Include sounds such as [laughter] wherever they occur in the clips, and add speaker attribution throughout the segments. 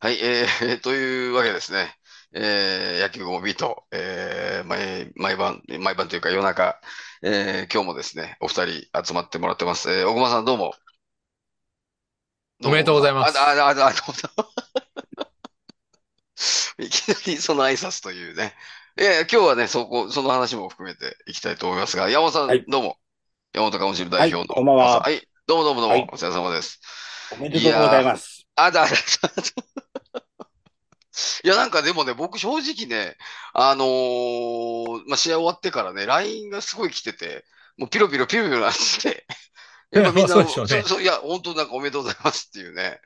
Speaker 1: はい、えー、 [laughs] というわけですね。えー、野球もビート、えー、毎、毎晩、毎晩というか夜中、えー、今日もですね、お二人集まってもらってます。えー、小熊さんどうも、どう
Speaker 2: お
Speaker 1: も
Speaker 2: めで
Speaker 1: 小
Speaker 2: とう
Speaker 1: 熊
Speaker 2: ご
Speaker 1: さ
Speaker 2: ざい
Speaker 1: ん。あ、
Speaker 2: ま
Speaker 1: あ、
Speaker 2: す。
Speaker 1: あ、あ、あ、どうも [laughs] いきなりその挨拶というね。えー、今日はね、そこ、その話も含めていきたいと思いますが、山本さ
Speaker 3: は
Speaker 1: ん
Speaker 3: い。
Speaker 1: どうも、山本鴨志部
Speaker 3: は
Speaker 1: 代
Speaker 3: い。
Speaker 1: 表
Speaker 3: こ
Speaker 1: の
Speaker 3: んばん
Speaker 1: 朝、は
Speaker 3: は。
Speaker 1: い、どうもどうもどう
Speaker 3: は
Speaker 1: も、
Speaker 3: い。
Speaker 1: お疲れ様です。
Speaker 3: おめで
Speaker 1: い
Speaker 3: とうござい
Speaker 1: やー、
Speaker 3: ます。
Speaker 1: あ、だ、あ、だ、いや、なんかでもね、僕正直ね、あのーまあ、試合終わってからね、LINE がすごい来てて、もうピロピロピロピロなってて、
Speaker 2: い
Speaker 1: やっぱ
Speaker 2: や、
Speaker 1: み
Speaker 2: ま
Speaker 1: ん
Speaker 2: あ
Speaker 1: な、
Speaker 2: そうでしょ
Speaker 1: そう、
Speaker 2: うね。
Speaker 1: そう、いや、本当なんかおめでとうございますっていうね、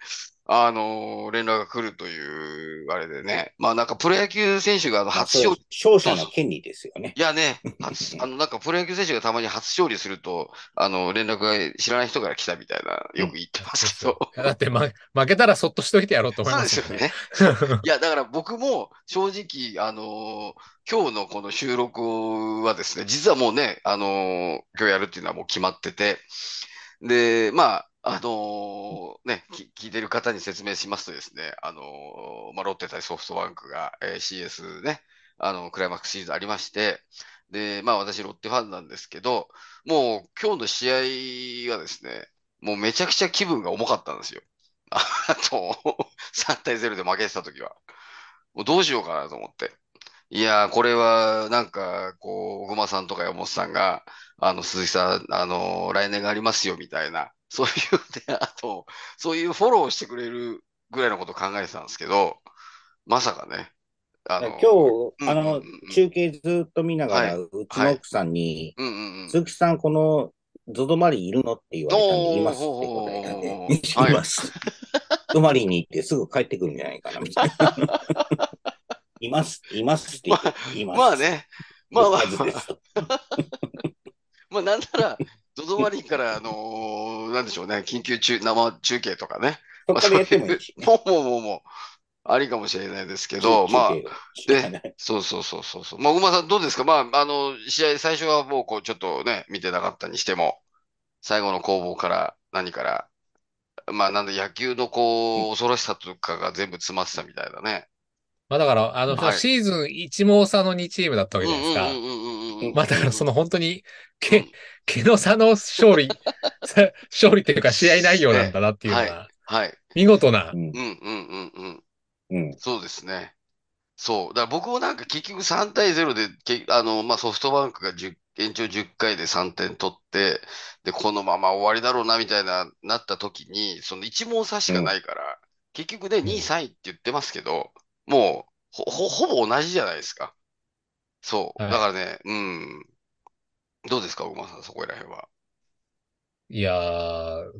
Speaker 1: あのー連絡が来るという、あれでね、まあなんかプロ野球選手があの
Speaker 3: まあ、
Speaker 1: 初
Speaker 3: そうで
Speaker 1: 勝
Speaker 3: す。
Speaker 1: 利、
Speaker 3: 勝
Speaker 1: そ
Speaker 3: 者
Speaker 1: うそ
Speaker 3: の
Speaker 1: う、
Speaker 3: 権利ですよね。
Speaker 1: いやね、初、あの、なんかプロ野球選手がたまに初勝利すると、あの、連絡が知らない人から来たみたいな、
Speaker 3: う
Speaker 1: よく
Speaker 3: ん。
Speaker 1: 言ってま
Speaker 2: そう
Speaker 1: す
Speaker 2: そ
Speaker 1: けど。
Speaker 2: う。いやだって、ま、負けたらそっとしといてやろうと思い
Speaker 1: そう
Speaker 2: ま
Speaker 1: ですす
Speaker 2: も
Speaker 1: よ
Speaker 2: んね。
Speaker 1: ね。そう。 [laughs] いや、だから僕も正直、あのー今日のこの収録はですね、実はもうね、あのー今日やるっていうのはもう決まってて、で、まあ、あのーね、き聞いてる方に説明しますとですね、あのーまあ、ロッテ対ソフトバンクが、えー CS ね、あの、クライマックスシリーズありまして、で、まあ私ロッテファンなんですけど、もう今日の試合はですね、もうめちゃくちゃ気分が重かったんですよ。あと、3対0で負けてた時は。もうどうしようかなと思って。いやー、これは、なんか、こう、小熊さんとか山本さんが、あの、鈴木さん、あの、来年がありますよ、みたいな、そういう、で、あと、そういうフォローしてくれるぐらいのことを考えてたんですけど、まさかね、あ
Speaker 3: だから
Speaker 1: の、う
Speaker 3: 今日、
Speaker 1: んう
Speaker 3: あ
Speaker 1: んうん
Speaker 3: の、
Speaker 1: うん、
Speaker 3: 中継ずっと見なが
Speaker 1: は
Speaker 3: ら、
Speaker 1: い、
Speaker 3: うち
Speaker 1: は
Speaker 3: の
Speaker 1: い、
Speaker 3: 奥さんに、
Speaker 1: うんうんうん。
Speaker 3: 鈴木さん、この、ゾゾマリンいるのって言われたんで、い
Speaker 1: お
Speaker 3: ま
Speaker 1: ー、
Speaker 3: すって答えたんで、
Speaker 1: ほーほーほーほ
Speaker 3: い
Speaker 1: ーはい。
Speaker 3: ます。ゾゾマリンに行ってすぐ帰ってくるんじゃないかな、みたいな。 [laughs] います、いますって
Speaker 1: ま
Speaker 3: 言っ
Speaker 1: あ、
Speaker 3: て、いま
Speaker 1: まあ
Speaker 3: す。
Speaker 1: ね、まあ
Speaker 3: 僕
Speaker 1: まあ
Speaker 3: はず
Speaker 1: ま
Speaker 3: で
Speaker 1: あ、
Speaker 3: すと。
Speaker 1: まあ、なんなら、ドドマリンから、あのーなんでしょうね、緊急中、生中継とかね、
Speaker 3: そ
Speaker 1: ま
Speaker 3: こ
Speaker 1: あ、そ
Speaker 3: から
Speaker 1: う
Speaker 3: やっても
Speaker 1: い、
Speaker 3: いういしね。
Speaker 1: もう、もう、もう、もう、ありかもしれないですけ
Speaker 3: 中、
Speaker 1: ど、
Speaker 3: [laughs] 中
Speaker 1: まあ、
Speaker 3: 継を。知ら
Speaker 1: で、
Speaker 3: ない。
Speaker 1: そうそうそうそうそう。まあ、小熊さん、どうですかまあ、あの、試合、最初はもう、こう、ちょっとね、見てなかったにしても、最後の攻防から、何から、まあ、なんで、野球の、
Speaker 3: う
Speaker 1: こう、
Speaker 3: ん
Speaker 1: 恐ろしさとかが全部詰まってたみたいだね。
Speaker 2: まあだから、あの、
Speaker 1: はい。
Speaker 2: シーズン1毛差の2チームだったわ
Speaker 1: う
Speaker 2: け
Speaker 1: ん
Speaker 2: じ
Speaker 1: う
Speaker 2: ゃないですか。
Speaker 1: んうんうんうん
Speaker 2: まあだから
Speaker 1: う
Speaker 2: そ
Speaker 1: ん
Speaker 2: の本当に、
Speaker 1: うんうん。う
Speaker 2: け、
Speaker 1: ん
Speaker 2: けの差の勝利、 [laughs] さ勝利っていうか試合内容
Speaker 1: え
Speaker 2: なん
Speaker 1: え、
Speaker 2: だなっていうの
Speaker 1: はい、
Speaker 2: が、
Speaker 1: はい。
Speaker 2: 見事な、
Speaker 3: う
Speaker 1: う
Speaker 3: ん、
Speaker 1: んうんうんうん。
Speaker 3: うん。
Speaker 1: そうですね。そう。だから僕もなんか結局3対0で、け、あの、まあ、ソフトバンクが10、延長10回で3点取って、で、このまま終わりだろうな、みたいな、なった時に、その一毛差し
Speaker 3: う。
Speaker 1: かなんいから、結局ね、
Speaker 3: う
Speaker 1: 2位、
Speaker 3: ん。
Speaker 1: 3位って言ってますけど、もう、ほ、ほ、ほぼ同じじゃないですか。そう。
Speaker 2: は
Speaker 1: だから
Speaker 2: い。
Speaker 1: ね、うん。どうですか、小熊さん、そこら辺は。
Speaker 2: いやー、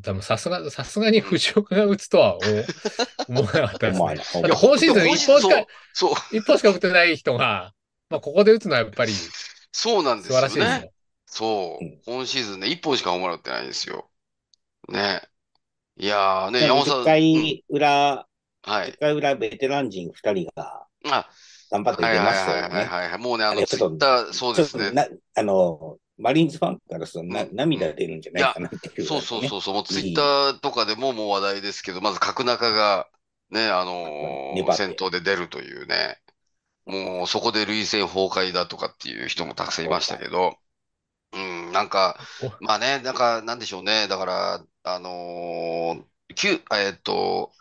Speaker 2: 多分さすが、さすがに
Speaker 1: うん。
Speaker 2: 藤岡が打つとは思、思わなかったです
Speaker 3: 思わ
Speaker 2: ね。
Speaker 3: ない。
Speaker 2: だっ
Speaker 3: 思
Speaker 2: て
Speaker 1: いや、
Speaker 3: わな
Speaker 2: 今
Speaker 3: い。
Speaker 2: シー
Speaker 1: で今シ
Speaker 2: ズン1
Speaker 1: ーズン、
Speaker 2: 本し
Speaker 1: そう、
Speaker 2: か、
Speaker 1: そう、
Speaker 2: 一本しか打ってない人が、まあここで打つのはやっぱり
Speaker 1: そうなんで
Speaker 2: 素晴
Speaker 1: すよ
Speaker 2: らしいです
Speaker 1: ね。
Speaker 2: よ。
Speaker 3: う
Speaker 1: そう。
Speaker 3: ん
Speaker 1: 今シーズンね、1本しかホームラン打ってないんですよ。ね。いやーね、
Speaker 3: で
Speaker 1: 山
Speaker 3: も
Speaker 1: 本さん、うん。
Speaker 3: 10回裏、
Speaker 1: は
Speaker 3: 10
Speaker 1: い。
Speaker 3: 回裏ベテラン陣2人が
Speaker 1: あ、
Speaker 3: 頑張って
Speaker 1: はい
Speaker 3: 出
Speaker 1: は
Speaker 3: ま
Speaker 1: い
Speaker 3: したよ
Speaker 1: はい
Speaker 3: ね。
Speaker 1: はいはい。もうね、あ
Speaker 3: あ
Speaker 1: の、
Speaker 3: れちょっ
Speaker 1: ツイッ
Speaker 3: と、
Speaker 1: ター、そう
Speaker 3: ち
Speaker 1: で
Speaker 3: ょっ
Speaker 1: す
Speaker 3: と
Speaker 1: ね。
Speaker 3: な、あの、マリーンズファンからすると
Speaker 1: う、
Speaker 3: なん
Speaker 1: うん。
Speaker 3: 涙出るんじゃ
Speaker 1: い
Speaker 3: ない
Speaker 1: や、
Speaker 3: かなっていうぐ
Speaker 1: そ
Speaker 3: ら
Speaker 1: う
Speaker 3: い
Speaker 1: そう
Speaker 3: ね。
Speaker 1: そうそう、もうツイッ
Speaker 3: いい、
Speaker 1: ターとかでももう話題ですけど、まず角中が、ね、あのー
Speaker 3: 粘っ
Speaker 1: 先
Speaker 3: て、
Speaker 1: 頭で出るというね、もうそこで涙腺崩壊だとかっていう人もたくさんい
Speaker 3: 崩
Speaker 1: ました
Speaker 3: 壊。
Speaker 1: けど、うん、なんか、
Speaker 2: お
Speaker 1: まあね、なんか、なんでしょうね。だから、あのー、きゅえっと、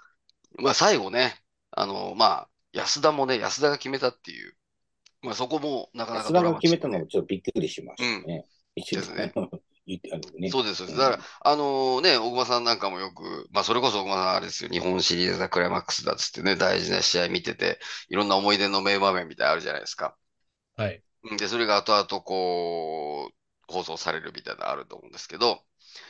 Speaker 1: まあ最後ね、あのーまあ、安田もね、安田が決めたっていう、まあそこもなかなか
Speaker 3: 安
Speaker 1: ド
Speaker 3: 田
Speaker 1: ラ
Speaker 3: が
Speaker 1: マ
Speaker 3: 決
Speaker 1: チッ
Speaker 3: め
Speaker 1: ク
Speaker 3: たの
Speaker 1: で、
Speaker 3: もちょっとびっくりしま
Speaker 1: う
Speaker 3: した
Speaker 1: ん、
Speaker 3: ね。一
Speaker 1: で
Speaker 3: 番、
Speaker 1: す
Speaker 3: [laughs] あ
Speaker 1: ね。
Speaker 3: の、言ってあのね。
Speaker 1: そうです。
Speaker 3: う
Speaker 1: だから、
Speaker 3: ん。
Speaker 1: あのね、大熊さんなんかもよく、まあ、それこそ大熊さんあれですよ、日本シリーズだ、クライマックスだっつってね、大事な試合見てて、いろんな思い出の名場面みたいなのあるじゃないですか。
Speaker 2: はい。
Speaker 1: うんで、それが後々こう、放送されるみたいなのあると思うんですけど、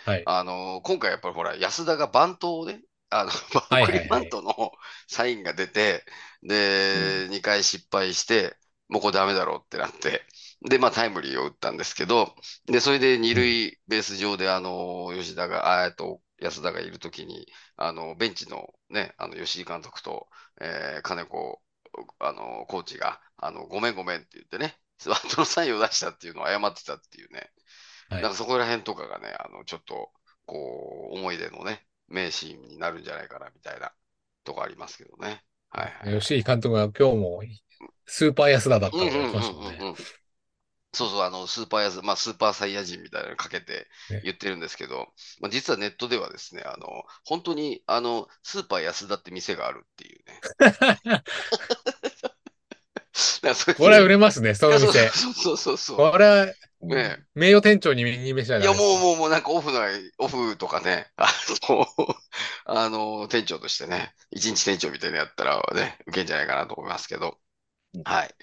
Speaker 2: はい。
Speaker 1: あの、今回やっぱりほら、安田がバントをね、あの、バン
Speaker 2: [laughs] はい
Speaker 1: 送
Speaker 2: は
Speaker 1: り
Speaker 2: い
Speaker 1: バ
Speaker 2: は
Speaker 1: ン
Speaker 2: い。
Speaker 1: トのサインが出て、
Speaker 3: うん。
Speaker 1: で、2回失敗して、もうこれダメだろうってなって、で、まあタイムリーを打ったんですけど、で、それで二
Speaker 2: うん。
Speaker 1: 塁ベース上で、あの、吉田が、あえっと、安田がいるときに、あの、ベンチのね、あの、吉井監督と、えー金子、あの、コーチが、あの、ごめんごめんって言ってね、バントのサインを出したっていうのを謝ってたっていうね、
Speaker 2: は
Speaker 1: なん
Speaker 2: い。
Speaker 1: かそこら辺とかがね、あの、ちょっと、こう、思い出のね、名シーンになるんじゃないかな、みたいな、とこありますけどね。はいはい。
Speaker 2: 吉井監督が今日もスーパー安田だった
Speaker 1: う
Speaker 2: と
Speaker 1: ん
Speaker 2: か
Speaker 1: うんうん
Speaker 2: 言ってましたもん
Speaker 1: うん
Speaker 2: ね。
Speaker 1: うん。そうそう、あの、スーパーヤズ、まあ、スーパーサイヤ人みたいなのかけて
Speaker 2: ね
Speaker 1: 言ってるんですけど、まあ、実はネットではですね、あの、本当に、あの、スーパー安田って店があるっていうね。 [laughs] だからそれ
Speaker 2: これは売れますね、そ
Speaker 1: いや
Speaker 2: の
Speaker 1: そう
Speaker 2: 店。
Speaker 1: [laughs] そうそうそうそう。
Speaker 2: これは
Speaker 1: ね
Speaker 2: 名誉店長に任命した
Speaker 1: い
Speaker 2: ら
Speaker 1: や、
Speaker 2: ダ
Speaker 1: も
Speaker 2: メです
Speaker 1: う、もう、もう、なんかオフの、オフとかね、あの、あの、店長としてね、一日店長みたいなのやったらね、受けんじゃないかなと思いますけど。はい。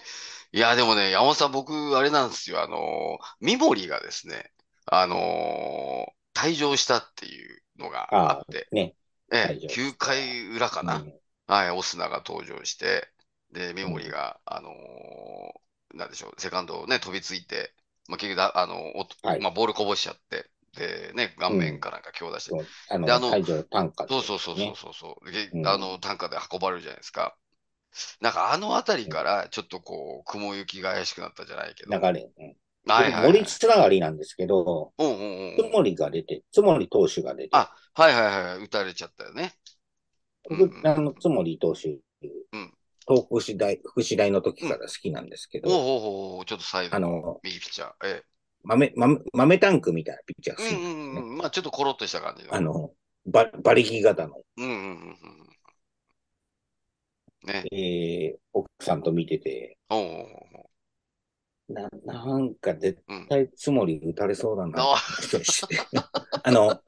Speaker 1: いや、でもね、山本さん、僕、あれなんですよ、あの、三森がですね、あの、退場したっていうのがあって、
Speaker 3: あね
Speaker 1: ええ、
Speaker 3: 退場
Speaker 1: 9回裏かな。
Speaker 3: うん
Speaker 1: はい、オスナが登場して、で、三森が、あのーなんでしょう、セカンドをね、飛びついて、まあ、結局だ、あのお
Speaker 3: はい
Speaker 1: まあ、ボールこぼしちゃって、で、ね、顔面かなんか強打して、
Speaker 3: そうあの、
Speaker 1: であの
Speaker 3: 会場単価って
Speaker 1: そ
Speaker 3: や
Speaker 1: う
Speaker 3: つ
Speaker 1: そうそう
Speaker 3: ね
Speaker 1: そうそうそう、で
Speaker 3: うん
Speaker 1: あの、単価で運ばれるじゃないですか。なんか、あのあたりから、ちょっとこう、雲行きが怪しくなったじゃないけど、
Speaker 3: 流れ、ね。
Speaker 1: はいはいはい
Speaker 3: 森つながりなんですけど、
Speaker 1: うんうん
Speaker 3: つ
Speaker 1: うん。
Speaker 3: もりが出て、つもり投手が出て、
Speaker 1: あ、はいはいはい、打たれちゃったよね。うんうん
Speaker 3: 僕あのつもり投手、
Speaker 1: ん
Speaker 3: 東北市大、福祉大の時から好きなんですけ
Speaker 1: おう
Speaker 3: ど、
Speaker 1: おうおうおう、ちょっとサイド
Speaker 3: あ、の、
Speaker 1: 右ピッチャー。え
Speaker 3: 豆、豆、豆タンクみたいなピッチャー
Speaker 1: え、
Speaker 3: が好き。
Speaker 1: うんうんうん、まあ、ちょっとコロッとした感じの。
Speaker 3: あの、ば馬力型の、
Speaker 1: うんうんうんうん。ね。
Speaker 3: えー、奥さんと見てて、
Speaker 1: おうおうおう
Speaker 3: な、なんか絶
Speaker 1: うん。
Speaker 3: 対つもり打たれそうだな、
Speaker 1: あ
Speaker 3: 一人して [laughs] あの、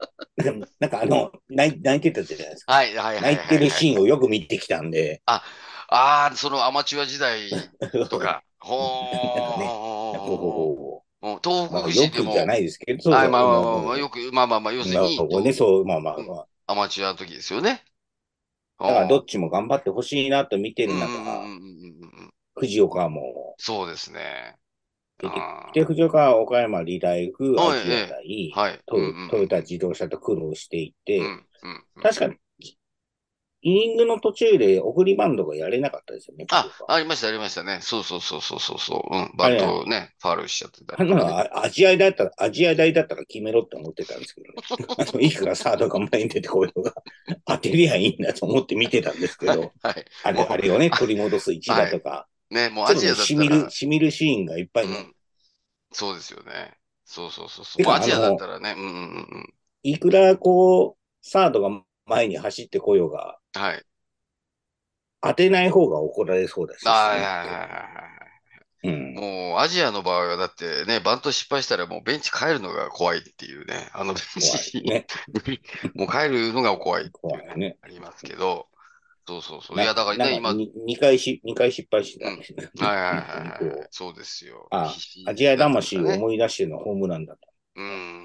Speaker 3: なんかあの、泣い泣いてたじゃないですか。
Speaker 1: はいはいはいはい
Speaker 3: 泣い
Speaker 1: はい。
Speaker 3: てるシーンをよく見てきたんで、
Speaker 1: あ、ああ、そのアマチュア時代と
Speaker 3: [laughs]
Speaker 1: か。ほ
Speaker 3: なんか
Speaker 1: ー。
Speaker 3: こ
Speaker 1: うん東
Speaker 3: う、
Speaker 1: 北
Speaker 3: まあ、
Speaker 1: 福
Speaker 3: よ
Speaker 1: 祉で
Speaker 3: く
Speaker 1: も。
Speaker 3: じゃないですけど、そう
Speaker 1: はい、まあまあ
Speaker 3: そう
Speaker 1: まあ、よく、まあまあまあ、要するに
Speaker 3: まあ、こうね、そう、まあまあまあ。
Speaker 1: アマチュアの時ですよね。
Speaker 3: だから、ど
Speaker 1: っ
Speaker 3: っちも頑張ってほしいなと見て
Speaker 1: ち
Speaker 3: る
Speaker 1: うんうん
Speaker 3: 中、
Speaker 1: うんうんうん。
Speaker 3: 藤岡も、
Speaker 1: そうですね。
Speaker 3: 出て
Speaker 1: あー
Speaker 3: きて、藤岡は岡山理大学、
Speaker 1: は
Speaker 3: ア
Speaker 1: い
Speaker 3: ジア大、
Speaker 1: はい。
Speaker 3: ト
Speaker 1: うんうん
Speaker 3: ヨトヨタ自動車と苦労していて
Speaker 1: う、んうんうん
Speaker 3: 確かに、イニングの途中で送りバンドがやれなかったですよね、
Speaker 1: あ
Speaker 3: 藤、岡
Speaker 1: ありました、ありましたね。そうそうそうそうそうそう。うん、バットをね、ファールしちゃってた
Speaker 3: あ
Speaker 1: り
Speaker 3: ん
Speaker 1: と
Speaker 3: な
Speaker 1: かね
Speaker 3: のはアジア大だったら、アジア大だったら決めろって思ってたんですけどね。あの、いくらサードが前に出てこようが、 [laughs] 当てりゃいいんだと思って見てたんですけど、
Speaker 1: はい。
Speaker 3: あれ、
Speaker 1: もう
Speaker 3: あれをね、取り戻す一打とか、
Speaker 1: ね、もう
Speaker 3: ちょ
Speaker 1: ア
Speaker 3: っと
Speaker 1: ジアだっ
Speaker 3: ね
Speaker 1: たら、
Speaker 3: しみる、しみるシーンがいっぱい、
Speaker 1: うん、そうですよね。そうそうそうそう。
Speaker 3: てか
Speaker 1: もうアジア
Speaker 3: あ
Speaker 1: だ
Speaker 3: の
Speaker 1: ったらね、うんうんうんうん。
Speaker 3: いくらこう、サードが前に走ってこようが、
Speaker 1: はい。
Speaker 3: 当てない方が怒られそうだし。
Speaker 1: はいはいはいはいは
Speaker 3: うん
Speaker 1: い。。もうアジアの場合はだってね、バント失敗したらもうベンチ帰るのが怖いっていうね、あのベン
Speaker 3: 怖
Speaker 1: チ
Speaker 3: いね。
Speaker 1: もう帰るのが怖いっていう
Speaker 3: 怖
Speaker 1: ね、
Speaker 3: いね。
Speaker 1: ありますけど、そうそうそう。い
Speaker 3: な
Speaker 1: や、だからね、今、
Speaker 3: な
Speaker 1: は
Speaker 3: ん
Speaker 1: い
Speaker 3: に二回し、二回失敗してたんですね。
Speaker 1: はいはいはい
Speaker 3: 本当にこう
Speaker 1: そうですよ。
Speaker 3: あ
Speaker 1: 必死
Speaker 3: アジア魂
Speaker 1: だ
Speaker 3: を
Speaker 1: ったからね
Speaker 3: 思い出してのホームランだった。
Speaker 1: うーん、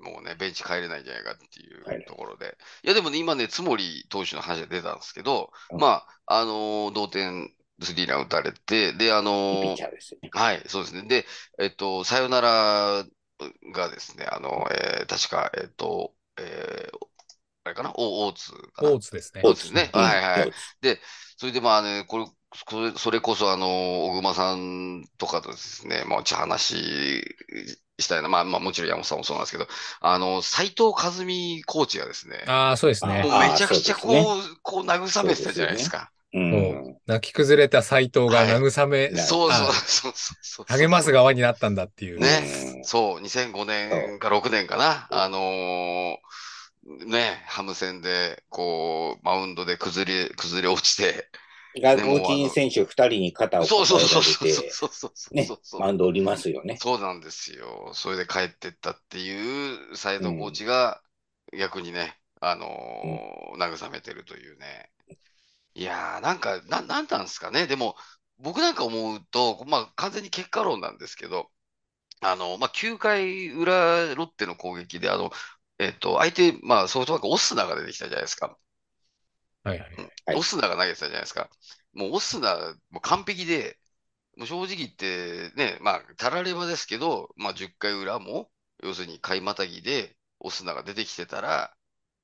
Speaker 1: もうね、ベンチ帰れないんじゃないかってい
Speaker 3: 帰れな
Speaker 1: う
Speaker 3: い
Speaker 1: ところで。いや、でもね、今ね、津森投手の話が出たんですけど、
Speaker 3: うん
Speaker 1: まあ、あのー同点スリーラン打たれて、で、あ
Speaker 3: いいピッ
Speaker 1: のー
Speaker 3: チャーですよね。
Speaker 1: はい、そうですね。で、えっと、サヨナラがですね、あの、えー確か、えっと、えーあれかな、お大津かな
Speaker 2: 大。津ですね。
Speaker 1: そうですね
Speaker 3: うん
Speaker 1: はいはいはい
Speaker 3: そうです
Speaker 1: それでまあね、これ、これそれこそあの、小熊さんとかとですね、まあ、ちょっと話したいな、まあ、まあ、もちろん山本さんもそうなんですけど、あの、斎藤和美コーチがですね、
Speaker 2: ああ、そうですね
Speaker 1: もう。
Speaker 3: あー
Speaker 1: めちゃくちゃこう、
Speaker 3: そ
Speaker 1: こう慰めてたじゃないですか。
Speaker 3: うん。
Speaker 2: 泣き崩れた斎藤が慰め、
Speaker 3: ね
Speaker 1: そう
Speaker 2: はい
Speaker 1: そうそうそうそうそう。
Speaker 2: 励ます側になったんだっていう。
Speaker 1: ね
Speaker 3: うん
Speaker 1: そう、2005年か6年かな、あのーね、ハム戦で、こう、マウンドで崩れ、崩れ落ちて、
Speaker 3: 外国人選手二人に肩を
Speaker 1: そうそう
Speaker 3: 抱え
Speaker 1: そう
Speaker 3: ら
Speaker 1: そうそうそ
Speaker 3: れて、
Speaker 1: うそうそう
Speaker 3: ね
Speaker 1: そう、そう
Speaker 3: マウンド降りますよね。
Speaker 1: そうなんですよ。それで帰ってったっていうサイドコーチが逆にね、あのー慰めてるというね。いやー、なんか、な、なんなんですかね。でも、僕なんか思うと、まあ、完全に結果論なんですけど、あの、まあ、9回裏ロッテの攻撃で、あの、えっと、相手、まあ、ソフトバンク、オスナが出てきたじゃないですか。
Speaker 2: はいはい。
Speaker 3: はい
Speaker 1: オスナが投げてたじゃないですか。もうオスナ、もう完璧で、もう正直言ってね、まあ、たらればですけど、まあ、10回裏も、要するに買いまたぎで、オスナが出てきてたら、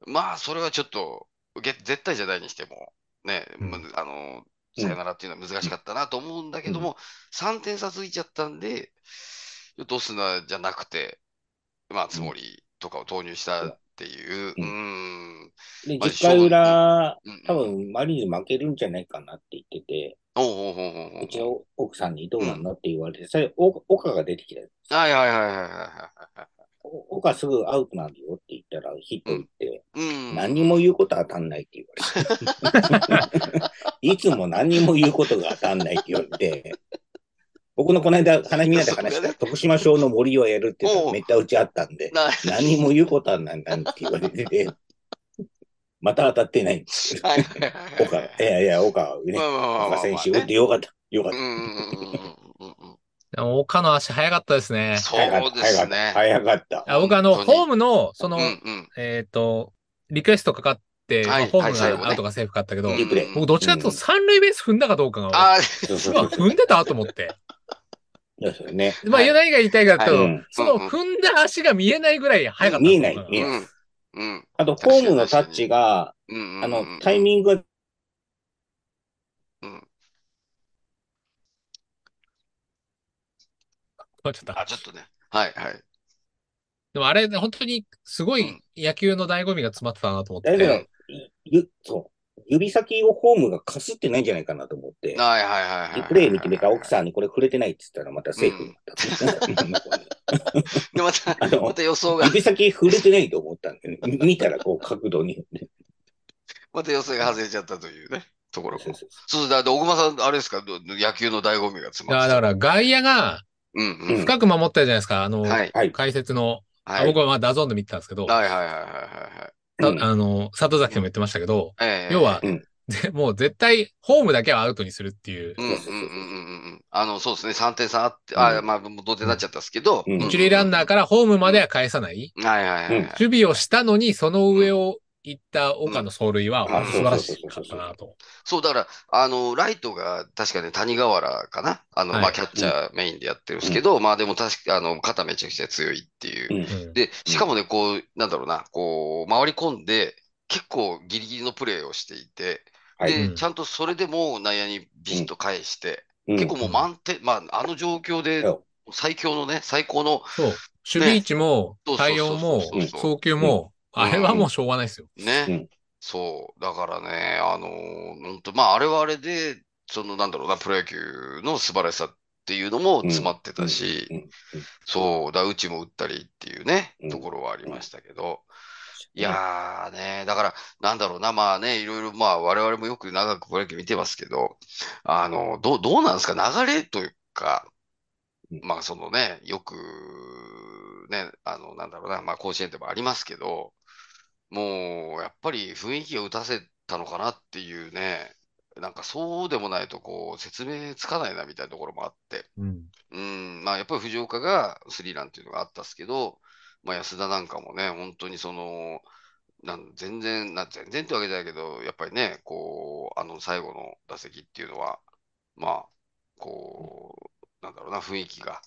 Speaker 1: まあ、それはちょっと、げ絶対じゃないにしても、ね、
Speaker 2: うん
Speaker 1: むあの、さよならっていうのは難しかったなと思うんだけども、3点差ついちゃったんで、ちょっとオスナじゃなくて、まあ、つもりとかを投入したっていう。う
Speaker 3: うん
Speaker 1: ん。
Speaker 3: で、
Speaker 1: まあ
Speaker 3: 10回裏、
Speaker 1: うん
Speaker 3: 多分マリーンズ負けるんじゃないかなって言ってて、
Speaker 1: おうおうおうおう
Speaker 3: うちの奥さんにどうなんのって言われて、それ、お岡が出てきた。
Speaker 1: はいはいはいはいはいはいは
Speaker 3: お岡すぐアウトなんだよって言ったらヒット打って、
Speaker 1: い。うん。
Speaker 3: 何にも言うこと当たんないって言わ
Speaker 1: [laughs]
Speaker 3: れて。いつも何にも言うことが当たんないって言われて、僕のこの間、話みんなで話した徳島省の森をやるっていうの
Speaker 1: おう
Speaker 3: がめったうちあったんで、
Speaker 1: な
Speaker 3: 何も言うことはないなんて言われてて、また当たってないんですけど
Speaker 1: はいはいはいはい
Speaker 3: 岡、いやいや、岡、ね
Speaker 1: ま、あまあまあまあま
Speaker 3: 岡
Speaker 1: あ
Speaker 3: 選手、打っ
Speaker 1: ね
Speaker 3: てよかった、よかっ
Speaker 1: う
Speaker 3: た。
Speaker 1: んうんうんうんうんうん。
Speaker 2: でも岡の足早かったですね。
Speaker 1: そ
Speaker 3: 早かっ
Speaker 1: う
Speaker 3: た
Speaker 1: ですね。
Speaker 3: 早かった。
Speaker 2: あ僕あの、
Speaker 1: 本当に
Speaker 2: ホームの、その、
Speaker 1: うんうん。
Speaker 2: えっ、と、リクエストかかっ
Speaker 1: は
Speaker 2: て、
Speaker 1: い
Speaker 2: まあホー
Speaker 1: はい
Speaker 2: ム
Speaker 1: 最後ね
Speaker 2: がアウトかセーフかあったけど、
Speaker 1: うん
Speaker 3: リプレイ
Speaker 2: 僕どっちかというと三塁ベース踏んだかどうかが、
Speaker 1: あ
Speaker 3: そうそう
Speaker 2: 今
Speaker 3: そう。
Speaker 2: 踏んでたと思って。
Speaker 3: そうそうね。
Speaker 2: まあ、
Speaker 1: はい
Speaker 2: 何が言いたいかというと、
Speaker 3: うん
Speaker 2: その踏んだ足が見えないぐらい早かった。
Speaker 3: 見えない見
Speaker 1: ー
Speaker 3: え
Speaker 1: うん。うん。
Speaker 3: あと、ホームのタッチが、
Speaker 1: うん。
Speaker 3: あの、タイミングが、
Speaker 1: ング。
Speaker 2: まあちょっと
Speaker 1: あ、ちょっとね。はいはい。
Speaker 2: でもあれ、本当にすご
Speaker 1: う
Speaker 2: い
Speaker 1: ん
Speaker 2: 野球の醍醐味が詰まってたなと思って。
Speaker 3: だけ
Speaker 1: う
Speaker 3: ど
Speaker 1: ん、
Speaker 3: ゆ、そう、指先をホームがかすってないんじゃないかなと思って、
Speaker 1: はいはいはいはい。
Speaker 3: リプレイ見てみたら奥さんにこれ触れてないって言ったらまたセー
Speaker 1: [laughs]
Speaker 3: フ [laughs] だった。
Speaker 1: で、また、
Speaker 3: あの
Speaker 1: また予想が、
Speaker 3: 指先触れてないと思ったんで、ね、見たらこう角度に。
Speaker 1: また予想が外れちゃったというね、ところ
Speaker 3: そう
Speaker 1: も。
Speaker 3: そうそ
Speaker 1: そう、だって、奥間さん、あれですか、ど野球の醍醐味が詰
Speaker 2: いや
Speaker 1: まって
Speaker 2: だ
Speaker 1: た。
Speaker 2: から外野が
Speaker 1: うんうん。
Speaker 2: 深く守ったじゃないですか。あの、
Speaker 1: はい。
Speaker 3: うはい。
Speaker 2: 解説の、あ
Speaker 1: はい。
Speaker 2: 僕はまあダゾーンで見てたんですけど、
Speaker 1: はいはいはいはいはい。
Speaker 2: た
Speaker 3: うん
Speaker 2: あの、里崎さんも言ってましたけど、
Speaker 1: ええ
Speaker 2: 要は、
Speaker 3: うん
Speaker 2: ぜもう絶対ホームだけはアウトにするっていう
Speaker 1: う、んうんうんうんうん。あの、そうですね、3点差あって、あ、
Speaker 3: うん
Speaker 1: まあ、もう同点になっちゃったんですけど、
Speaker 3: うん
Speaker 2: 一塁ランナー
Speaker 1: か
Speaker 2: からホームまでは返さない、
Speaker 1: ら。はいはいはいはい。
Speaker 2: 守備をしたのにその上を行った岡の走塁は
Speaker 3: うん
Speaker 2: 本当素晴らしかったなと。
Speaker 1: そう、だから、あの、ライトが、確かね、谷川原かなあの、
Speaker 2: はい
Speaker 1: まあ、キャッチャーメインでやってるんですけど、まあ、でも確か、あの、肩めちゃくちゃ強いっていう。
Speaker 3: うん
Speaker 2: うん
Speaker 1: で、しかもね、こう、なんだろうな、こう、回り込んで、結構ギリギリのプレーをしていて、
Speaker 3: はい
Speaker 1: で、
Speaker 2: うん
Speaker 1: ちゃんとそれでもう内野にビシッと返して、
Speaker 3: うん
Speaker 1: 結構もう満点、まあ、あの状況で
Speaker 3: そ
Speaker 1: 最強のね、最高の、
Speaker 2: そう。守備位置も、
Speaker 1: そうそうそう
Speaker 2: 対応も
Speaker 1: そうそう、そう
Speaker 2: 送球も、
Speaker 1: うん
Speaker 2: あれはもうしょうがないですよ。
Speaker 1: ね、
Speaker 3: うん
Speaker 1: そう、だからね、あのー、本当、まあ、あれはあれで、その、なんだろうな、プロ野球の素晴らしさっていうのも詰まってたし、
Speaker 3: うんうんうん
Speaker 1: そう、だ、うちも打ったりっていうね
Speaker 3: う、ん
Speaker 1: ところはありましたけど、いやーね、だから、なんだろうな、まあね、いろいろ、まあ、我々もよく長くプロ野球見てますけど、あの、どう、どうなんですか、流れというか、
Speaker 3: うん
Speaker 1: まあ、そのね、よく、ね、あの、なんだろうな、まあ、甲子園でもありますけど、もう、やっぱり雰囲気を打たせたのかなっていうね、なんかそうでもないと、こう、説明つかないなみたいなところもあって、
Speaker 2: うん。
Speaker 1: うん、まあやっぱり藤岡がスリーランっていうのがあったっすけど、まあ安田なんかもね、本当にその、なん全然な、全然ってわけじゃないけど、やっぱりね、こう、あの最後の打席っていうのは、まあ、こう、なんだろうな、雰囲気が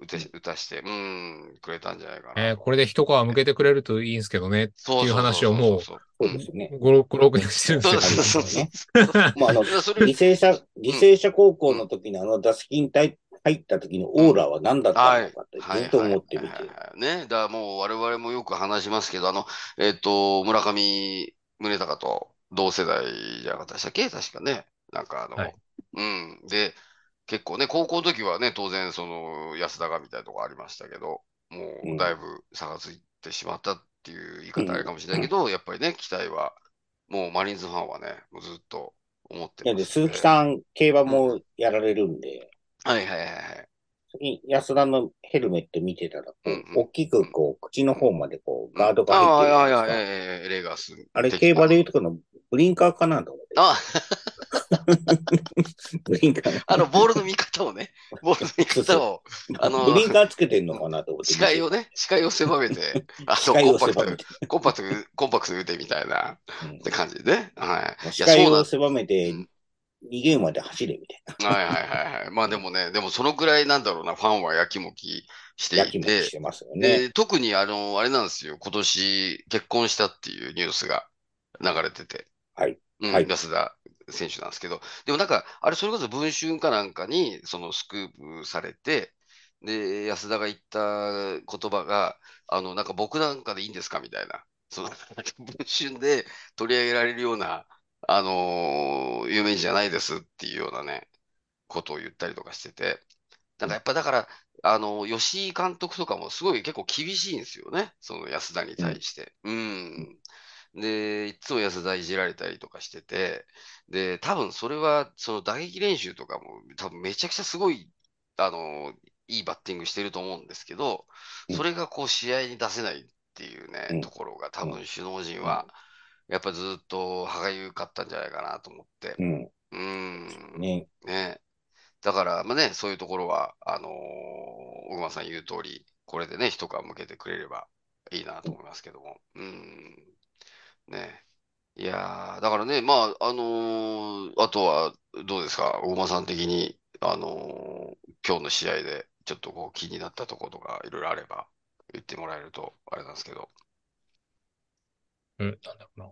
Speaker 1: 打て、打たして、うん、くれたんじゃないかな
Speaker 2: えー
Speaker 1: と。
Speaker 2: これで一皮向けてくれるといいんですけどね。
Speaker 1: そう
Speaker 2: っていう話をもう
Speaker 1: そう
Speaker 3: うですね。
Speaker 2: 5、6、6年してるん
Speaker 1: そう
Speaker 2: で
Speaker 1: そう
Speaker 2: す
Speaker 1: そうそうそうそう。
Speaker 2: [laughs]
Speaker 3: もうあの、
Speaker 1: いやそれ
Speaker 3: 履正社、履正社高校の時のあの打席に入った時のオーラは何だったのかってずっと思ってみて
Speaker 1: はい。はいはいはいね、だからもう我々もよく話しますけど、あの、えっと、村上宗隆と同世代じゃなかったでしたっけ確かね。なんかあの、
Speaker 2: はい
Speaker 1: うん。で、結構ね、高校の時はね、当然その安田がみたいなとこありましたけど、
Speaker 3: う
Speaker 1: もうんだいぶ差がついてしまったっていう言い方あれかもしれないけど、やっぱりね、期待は、もうマリーンズファンはね、もうずっと思って
Speaker 3: だっ
Speaker 1: ま
Speaker 3: て
Speaker 1: すね
Speaker 3: 鈴木さん、競馬もやられるんで、
Speaker 1: はいはいはいはい。
Speaker 3: 次安田のヘルメット見てたら、こう
Speaker 1: うんうん
Speaker 3: 大きくこう、口の方までこう、ガードが
Speaker 1: ああ、
Speaker 3: 入
Speaker 1: いやい
Speaker 3: ってる
Speaker 1: や
Speaker 3: じゃない
Speaker 1: い
Speaker 3: ですか。
Speaker 1: やいやレガス。
Speaker 3: あれ、競馬で言うとこのブリンカーかなと思
Speaker 1: あ
Speaker 3: って。ブリンカー。
Speaker 1: あの、ボールの見方を
Speaker 3: [laughs]
Speaker 1: ね、ボールの見方を、あの
Speaker 3: ブリンカーつけてんのかなと思って。
Speaker 1: 視界をね、視界を狭め
Speaker 3: [laughs]
Speaker 1: て、あ
Speaker 3: 視
Speaker 1: の、
Speaker 3: 界
Speaker 1: コン
Speaker 3: を
Speaker 1: パク
Speaker 3: 狭め
Speaker 1: ト、
Speaker 3: て。
Speaker 1: コンパクト、コンパクトに打てみたいな、
Speaker 3: うん
Speaker 1: って感じでね。はい。い
Speaker 3: 視
Speaker 1: や、そう
Speaker 3: 界
Speaker 1: な
Speaker 3: を
Speaker 1: ん
Speaker 3: 狭めて、逃げ馬で走れみたいな。
Speaker 1: はいはいはいはい。まあでもね、でもそのくらいなんだろうな、ファンはやきもきして
Speaker 3: 焼
Speaker 1: い
Speaker 3: きもき
Speaker 1: て、
Speaker 3: してますよね。
Speaker 1: で、特にあの、あれなんですよ、今年結婚したっていうニュースが流れてて、
Speaker 3: はい。
Speaker 1: うん、
Speaker 3: はい
Speaker 1: 安田選手なんですけど、でもなんか、あれ、それこそ文春かなんかに、そのスクープされて、で、安田が言った言葉が、あの、なんか僕なんかでいいんですかみたいな。その、文春で取り上げられるような、あのー有名人じゃないですっていうようなね、ことを言ったりとかしてて、なんかやっぱだから、あの、吉井監督とかもすごい結構厳しいんですよね、その安田に対して。うん。で、いつも安田いじられたりとかしてて、で、多分それは、その打撃練習とかも、多分めちゃくちゃすごい、あの、いいバッティングしてると思うんですけど、
Speaker 3: うん
Speaker 1: それがこう試合に出せないっていうね、
Speaker 3: うん
Speaker 1: ところが多分首脳陣は、やっぱずっと歯がゆかったんじゃないかなと思って。
Speaker 3: うん。
Speaker 1: うん。
Speaker 3: ね。
Speaker 1: ね。だから、まあね、そういうところは、あのー小熊さん言う通り、これでね、一皮向けてくれればいいなと思いますけども。うん。ね。いやーだからね、まあ、あのーあとは、どうですか、小熊さん的に、あのー今日の試合で、ちょっとこう気になったところとか、いろいろあれば、言ってもらえると、あれなんですけど、
Speaker 2: うん、なんだろうな。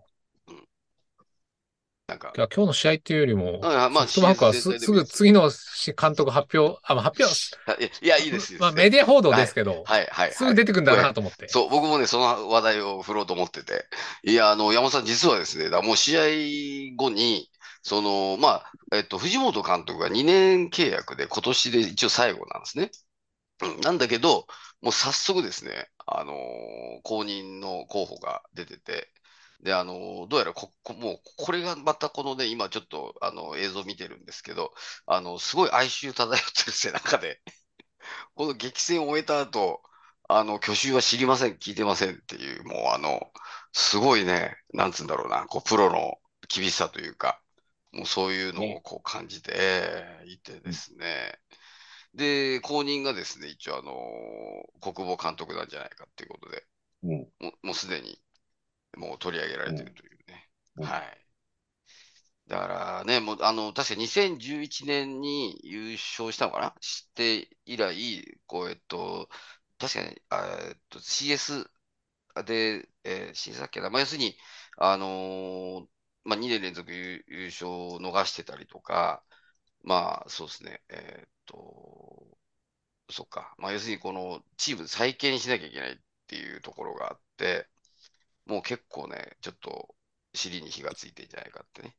Speaker 1: なんか
Speaker 2: い、や今日の試合っていうよりも、
Speaker 1: はいはいまあ
Speaker 2: ソフトバンク
Speaker 1: CS
Speaker 2: はす
Speaker 1: 全体で
Speaker 2: す
Speaker 1: もいい
Speaker 2: ぐ
Speaker 1: です
Speaker 2: 次のし監督発表、あ、まあ発表、
Speaker 1: いや、いやいいです、いい
Speaker 2: まあ
Speaker 1: です
Speaker 2: メディア報道ですけど、
Speaker 1: はい、はい、
Speaker 2: す
Speaker 1: は
Speaker 2: ぐ
Speaker 1: い。
Speaker 2: 出てくんだなと思って。
Speaker 1: そう、僕もね、その話題を振ろうと思ってて。いや、あの、山本さん、実はですね、だからもう試合後に、その、まあ、えっと、藤本監督が2年契約で、今年で一応最後なんですね。うん、なんだけど、もう早速ですね、あのー後任の候補が出てて、で、あのーどうやらこ、こもう、これがまたこのね、今ちょっと、あの、映像見てるんですけど、あの、すごい哀愁漂ってる背中で、この激戦を終えた後、あの、去就は知りません、聞いてませんっていう、もうあの、すごいね、なんつうんだろうな、こう、プロの厳しさというか、もうそういうのをこう感じて、ええいてですね。で、後任がですね、一応あの、国防監督なんじゃないかっていうことで、
Speaker 3: うん。
Speaker 1: もう、もうすでに、もう取り上げられてるというね。
Speaker 3: うんうん
Speaker 1: はい。だからね、もう、あの、確か2011年に優勝したのかなして以来、こう、えっと、確かに、あえっと、CS で、えー、CS だっけな、まあ、要するに、あのーまあ、2年連続優、優勝を逃してたりとか、まあ、そうですね、えーっと、そっか、まあ、要するにこのチーム再建しなきゃいけないっていうところがあって、もう結構ね、ちょっと尻に火がついてんじゃないかってね、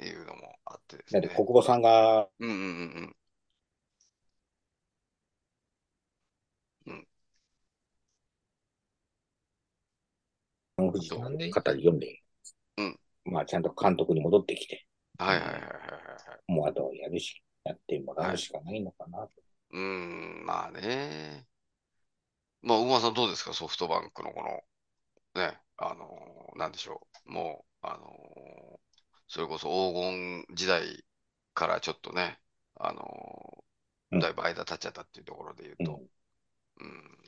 Speaker 1: いうのもあってです
Speaker 3: だって
Speaker 1: ね。
Speaker 3: 国保さんが、
Speaker 1: うんうんうんうん。うん。
Speaker 3: 富士の
Speaker 2: な
Speaker 3: 語
Speaker 2: んで
Speaker 3: り読んで、
Speaker 1: うん
Speaker 3: まあちゃんと監督に戻ってきて、
Speaker 1: はいはいはいはいはいはい。
Speaker 3: もうあとはやるし、やってもらうしかないのかなと。
Speaker 1: うーん、まあね。まあ、馬さんどうですか、ソフトバンクのこの、ね、あのーなんでしょう。もう、あのーそれこそ黄金時代からちょっとね、あのー
Speaker 3: うん
Speaker 1: だいぶ間経っちゃったっていうところで言うと、うん。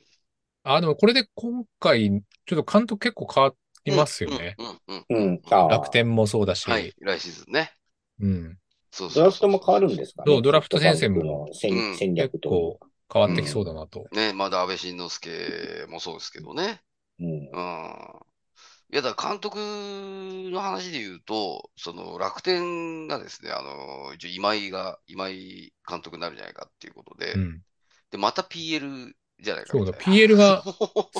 Speaker 2: あ、でもこれで今回、ちょっと監督結構変わりますよね。
Speaker 1: うんうんうん。
Speaker 3: うん。うん。ああ
Speaker 2: 楽。天もそうだし、
Speaker 1: はい、来シーズンね。
Speaker 2: うん。
Speaker 1: そうそう
Speaker 3: ドラフトも変わ
Speaker 1: る。
Speaker 3: るんですかね。
Speaker 2: そうドラフト戦線も
Speaker 3: ソフトバンクの戦戦
Speaker 2: 結
Speaker 3: 略
Speaker 2: 構
Speaker 3: と。
Speaker 2: 変わってきそうだなと。
Speaker 1: ね、まだ安倍晋之助もそうですけどね。
Speaker 3: うん。
Speaker 1: うん。いや、だから監督の話で言うと、その楽天がですね、あの、一応今井が、今井監督になるんじゃないかっていうことで
Speaker 2: う、ん。
Speaker 1: で、また PL じゃないか
Speaker 2: そうだ、
Speaker 1: みたい
Speaker 2: PL が
Speaker 1: な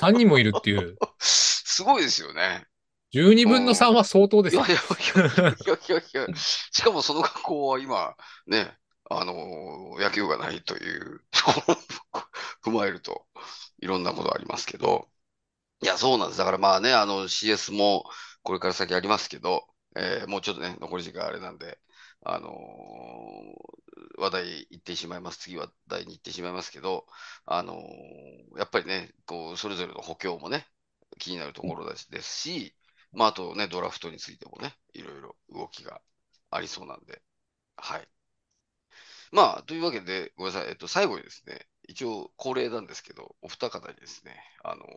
Speaker 2: 3人もいるっていう、
Speaker 1: [laughs] すごいですよね。
Speaker 2: 12分の3は相当です
Speaker 1: [laughs] い
Speaker 2: よ
Speaker 1: やい。やいやいやいやいや、しかもその学校は今、ね、あの、野球がないというところを踏まえると、いろんなことありますけど、いや、そうなんです。だからまあね、あの CS もこれから先ありますけど、えーもうちょっとね、残り時間あれなんで、あのー話題行ってしまいます。次話題に行ってしまいますけど、あのーやっぱりね、こう、それぞれの補強もね、気になるところですですし、まあ、あとね、ドラフトについてもね、いろいろ動きがありそうなんで、はい。まあ、というわけで、ごめんなさい、えっと、最後にですね、一応恒例なんですけど、お二方にですね、あのー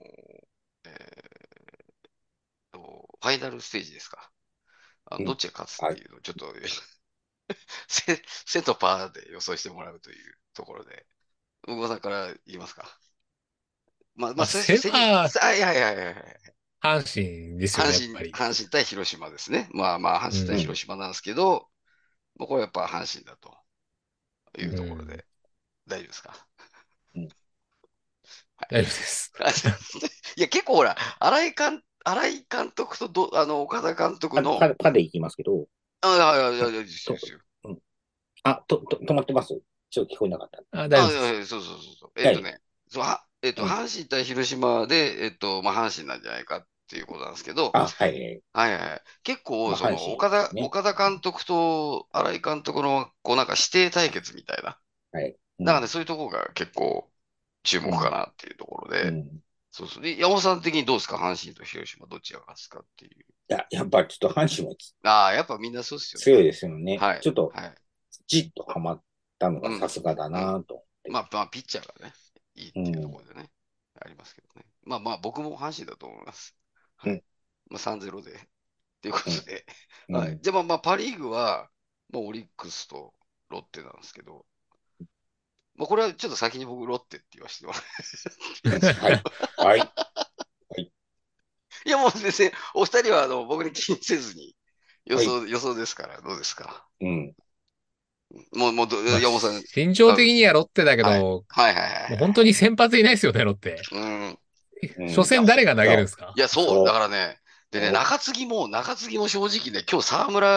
Speaker 1: えーと、ファイナルステージですか。あ
Speaker 3: うん
Speaker 1: どっちが勝つっていうのをちょっと、 [laughs] せ、せとパーで予想してもらうというところで、大久保さんから言いますか。まあ、まあ、
Speaker 2: あ
Speaker 1: せ、
Speaker 2: せ
Speaker 1: せに、
Speaker 2: あー
Speaker 1: はいはいはいはい。
Speaker 2: 阪神ですよね、やっ
Speaker 1: 阪
Speaker 2: ぱ
Speaker 1: 神、
Speaker 2: り。
Speaker 1: 阪神対広島ですね。まあまあ、阪神
Speaker 2: う
Speaker 1: 対
Speaker 2: ん
Speaker 1: 広島なんですけど、まあこれやっぱ阪神だというところ
Speaker 2: う
Speaker 1: で、大丈夫ですか
Speaker 2: 大丈夫です。
Speaker 1: いや、結構ほら、新井監、荒井監督とど、あの、岡田監督
Speaker 3: パ
Speaker 1: の、
Speaker 3: パパでいきますけど、
Speaker 1: あ、あ、あ、あ、あ、あ、ですよですよ
Speaker 3: あ、と、と、止まってますちょっと聞こえなかった。
Speaker 2: あ、大
Speaker 1: あ、
Speaker 2: 丈夫です。
Speaker 1: いやいやそうそうそうそう。えっとね、そう、は、えっと、
Speaker 3: うん
Speaker 1: 阪神対広島で、えっと、まあ、阪神なんじゃないかっていうことなんですけど、
Speaker 3: あ、はい。
Speaker 1: はいはい。結構、
Speaker 3: まあ
Speaker 1: その、
Speaker 3: 阪神
Speaker 1: 岡田、
Speaker 3: ね
Speaker 1: 岡田監督と新井監督の、こう、なんか指定対決みたいな。
Speaker 3: はい。
Speaker 1: だからね、そういうところが結構注目かなっていうところで、
Speaker 3: うん、い
Speaker 1: そうそう。で、山本さん的にどうですか阪神と広島、どっちが勝つかっていう。
Speaker 3: や、やっぱちょっと阪神は
Speaker 1: ああ、やっぱみんなそうっすよね。
Speaker 3: 強いですよね。
Speaker 1: はい。
Speaker 3: ちょっと、
Speaker 1: はい。
Speaker 3: じっとハマったのがさすがだなと。
Speaker 1: まあ、まあ、ピッチャーがね、いいっていうところでね、ありますけどね。まあまあ、僕も阪神だと思います。は
Speaker 3: うん
Speaker 1: い。まあ、3-0で。っていうことで。
Speaker 3: うん
Speaker 1: はい。じゃあまあまあ、パ・リーグは、まあ、オリックスとロッテなんですけど、まあ、これはちょっと先に僕、ロッテって言わせてもらう。 [laughs]
Speaker 3: はい。はい。
Speaker 1: いや、もう全然、お二人はあの僕に気にせずに、予想、予想ですから、どうですか。
Speaker 3: うん。
Speaker 1: もう、もうど、
Speaker 2: まあ
Speaker 1: 山本さん、はい
Speaker 2: 心情的にはロッテだけど、
Speaker 1: はい
Speaker 2: も
Speaker 1: はいは
Speaker 2: う
Speaker 1: い。
Speaker 2: 本当に先発いないですよね、ロッテ。
Speaker 1: うん。
Speaker 3: うん
Speaker 2: 初戦誰が投げるんですか
Speaker 1: いや、そう、
Speaker 3: そう
Speaker 1: だからね、でね、
Speaker 3: そう
Speaker 1: 中継ぎも、中継ぎも正直ね、今日沢村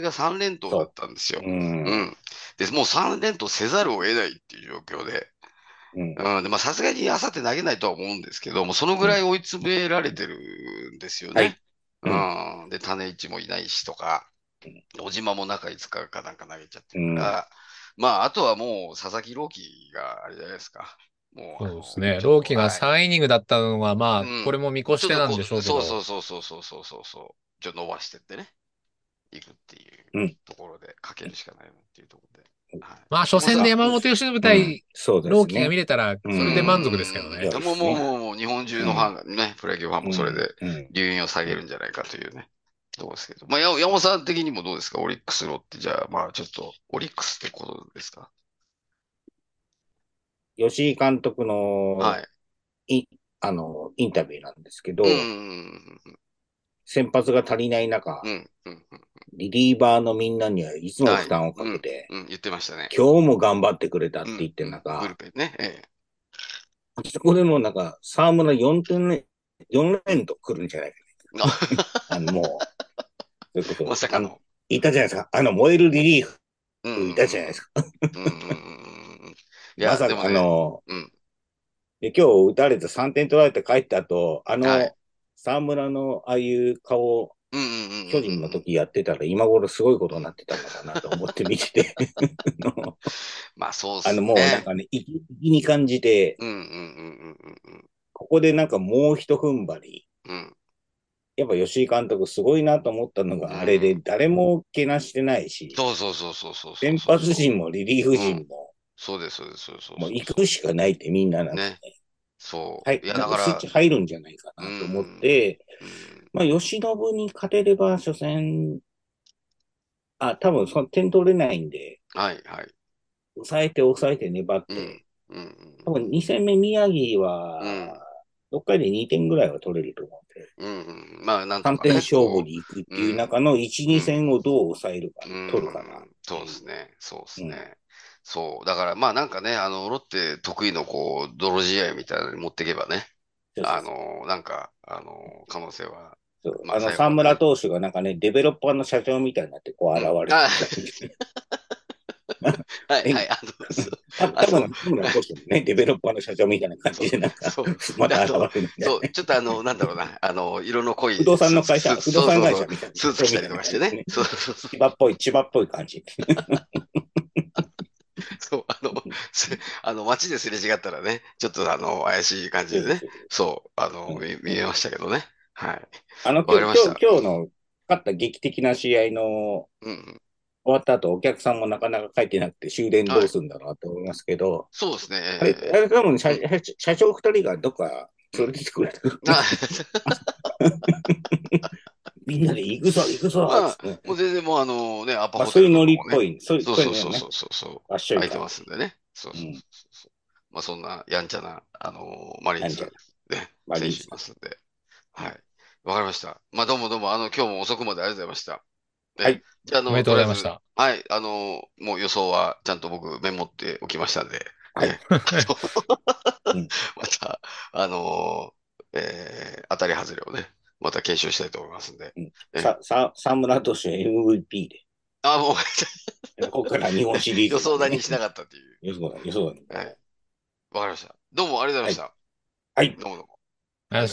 Speaker 1: が3連投だったんですよ。
Speaker 3: う。
Speaker 1: うんん。で、もう3連投せざるを得ないっていう状況で、
Speaker 3: うん。
Speaker 1: うん。で、まあ、さすがにあさって投げないとは思うんですけど、もうそのぐらい追い詰められてるんですよね。うん。で、種市もいないしとか
Speaker 3: うん、
Speaker 1: 小島も中5日かなんか投げちゃってるから、まあ、あとはもう佐々木朗希があれじゃないですか。もう、
Speaker 2: そうですね。
Speaker 1: ちょっと
Speaker 2: ローキが
Speaker 1: はい
Speaker 2: 3イニングだったのは、まあ、
Speaker 1: うん
Speaker 2: これも見越してなんでしょうけど。
Speaker 1: そうそうそうそうそうそうそう。ちょっと伸ばしてってね。いくって
Speaker 3: う
Speaker 1: いうんところで、かけるしかないなっていうところ
Speaker 3: う
Speaker 1: で。
Speaker 3: ん
Speaker 1: はい
Speaker 2: まあ、初戦で山本由伸対
Speaker 3: そうですね。
Speaker 2: ローキが見れたら、それで満足ですけど
Speaker 1: うんい
Speaker 2: ね
Speaker 1: や。もう、もう、もう、もう、日本中のファンがね、プロ野球ファンもそれで、
Speaker 3: うん。
Speaker 1: 留飲を下げるんじゃないかというね。とこですけど。まあ、や山本さん的にもどうですかオリックスロって、じゃあ、まあ、ちょっと、オリックスってことですか
Speaker 3: 吉井監督の、
Speaker 1: はい。
Speaker 3: い、あの、インタビューなんですけど、
Speaker 1: うんうん
Speaker 3: 先発が足りない中
Speaker 1: う、んうん、うん、うん、
Speaker 3: リリーバーのみんなにはいつも負担をかけて、
Speaker 1: うん、言ってましたね。
Speaker 3: 今日も頑張ってくれたって言ってる
Speaker 1: ブ
Speaker 3: 中
Speaker 1: ル、ペンね。え
Speaker 3: そこでもうなんか、沢村4点ね、4連と来るんじゃないかな。あの、
Speaker 1: [laughs]
Speaker 3: もう、そういうこ
Speaker 1: え。
Speaker 3: と
Speaker 1: まさか
Speaker 3: あ
Speaker 1: の。
Speaker 3: いたじゃないですか。あの、燃えるリリーフ
Speaker 1: うん
Speaker 3: いたじゃないですか。
Speaker 1: うんうんうんうんうん。い
Speaker 3: ま
Speaker 1: や、
Speaker 3: さ
Speaker 1: で
Speaker 3: か、
Speaker 1: も
Speaker 3: あ
Speaker 1: ね、
Speaker 3: の、
Speaker 1: うん
Speaker 3: で今日打たれて3点取られて帰った後、あの、
Speaker 1: はい
Speaker 3: 沢村のああいう顔を
Speaker 1: うんうんうんうん
Speaker 3: 巨人の時やってたら今頃すごいことになってたのかなと思って見て
Speaker 1: [laughs]
Speaker 3: て、 [laughs]
Speaker 1: まあそうっす
Speaker 3: あ
Speaker 1: ね。
Speaker 3: のもうなんかね、いきに感じて、
Speaker 1: うんうんうんうんうん
Speaker 3: ここでなんかもう一踏ん張り、
Speaker 1: うんうん。
Speaker 3: やっぱ吉井監督すごいなと思ったの
Speaker 1: うん
Speaker 3: があれで誰もけなしてないし、
Speaker 1: そうそうそうそうそうそう。
Speaker 3: 先発陣もリリーフ陣も、
Speaker 1: そうです、そうです、そうですそうです。
Speaker 3: もう行くしかないってみんななんかね、
Speaker 1: そう。
Speaker 3: はい、
Speaker 1: いや、
Speaker 3: な
Speaker 1: だ
Speaker 3: んか
Speaker 1: から、
Speaker 3: スイッチ入るんじゃないかなと思って、まあ、吉信に勝てれば、初戦、あ、多分その点取れないんで、
Speaker 1: うんはいはい。
Speaker 3: 抑えて抑えて粘っ
Speaker 1: う
Speaker 3: て、
Speaker 1: ん。うん
Speaker 3: 多分2戦目宮城は、
Speaker 1: うん
Speaker 3: どっかで2点ぐらいは取れると思うんで、
Speaker 1: うんうん。まあ、なんとか
Speaker 3: 3
Speaker 1: ね
Speaker 3: 点勝負に行くっていう中の1、2戦をどう抑えるか、
Speaker 1: うん
Speaker 3: 取るかな。
Speaker 1: そうですね。そうです
Speaker 3: うん
Speaker 1: ね。そう。だから、まあなんかね、あの、ロッテ得意のこう、泥試合みたいなのに持っていけばね、あの、なんか、あの、可能性は。
Speaker 3: そう
Speaker 1: まあ
Speaker 3: あの、
Speaker 1: 最後
Speaker 3: 沢村投手がなんかね、デベロッパーの社長みたいになってこう現れ
Speaker 1: あ
Speaker 3: る。 [laughs]
Speaker 1: はいはい。あの、そう
Speaker 3: た多分、田村投手もね、デベロッパーの社長みたいな感じでなんか、
Speaker 1: そう。
Speaker 3: また現れるんで。
Speaker 1: そう、ちょっとあの、なんだろうな、あの、色の濃い。
Speaker 3: 不動産の会社、
Speaker 1: ス
Speaker 3: 不動産会
Speaker 1: そうそう
Speaker 3: 社みたいな。
Speaker 1: そうスーツ着たりとかしてね。そうそうそう。
Speaker 3: 千葉っぽい、千葉っぽい感じ。
Speaker 1: そう、あの、す [laughs] あの、街ですれ違ったらね、ちょっとあの、怪しい感じでね。そう、あの、見見えましたけどね。はい。
Speaker 3: あの、
Speaker 1: わかり
Speaker 3: 今
Speaker 1: ま
Speaker 3: 日
Speaker 1: した、
Speaker 3: 今日の勝った劇的な試合の
Speaker 1: うんうん。
Speaker 3: 終わった後、お客さんもなかなか帰ってなくて終電どうするんだろうと思いますけど、
Speaker 1: そうです
Speaker 3: あれ、あ
Speaker 1: ね。
Speaker 3: れ多分社、社社長二人がどっか連れてってくれた。
Speaker 1: あ
Speaker 3: みんなで行くぞ、行くぞ
Speaker 1: まあ
Speaker 3: つって
Speaker 1: [laughs] もう全然もうあのね、アパ
Speaker 3: まあ、
Speaker 1: ホテ
Speaker 3: そうい
Speaker 1: ル
Speaker 3: うノリっ
Speaker 1: とかも
Speaker 3: ぽ
Speaker 1: ね。
Speaker 3: い、そういう、
Speaker 1: そう
Speaker 3: そう
Speaker 1: そうそう
Speaker 3: いうのね
Speaker 1: そ、うそう。
Speaker 3: あっしょ
Speaker 1: 空
Speaker 3: い
Speaker 1: いて
Speaker 3: か
Speaker 1: ますんでね。そうそうそううんそうそう。まあそんなやんちゃな、あのマリーンズがね、
Speaker 3: マリ
Speaker 1: 選
Speaker 3: ーンズ
Speaker 1: 手いますんで。はい。わかりました。まあどうもどうも、あの、今日も遅くまでありがとうございました。ね
Speaker 3: はい。
Speaker 1: じゃあ、あ
Speaker 2: お
Speaker 1: の、
Speaker 2: めでとうございま
Speaker 1: と
Speaker 2: し
Speaker 1: りあえず
Speaker 2: た。
Speaker 1: はい、あの、もう予想はちゃんと僕メモっておきましたんで、
Speaker 3: はい
Speaker 1: ね
Speaker 2: [laughs]
Speaker 1: あの
Speaker 3: うん
Speaker 1: また、あのーえー当たり外れをね、また検証したいと思いますんで。え
Speaker 3: さ、さ、沢村投手 MVP
Speaker 1: あ、もう、
Speaker 3: で。ここから日本シリーズ。
Speaker 1: 予想だにしなかったっていう。
Speaker 3: 予想だ、予想だに。
Speaker 1: はいわかりました。どうもありがとうございました。
Speaker 3: はいはい
Speaker 1: どうもどうも。
Speaker 2: ありがとうございました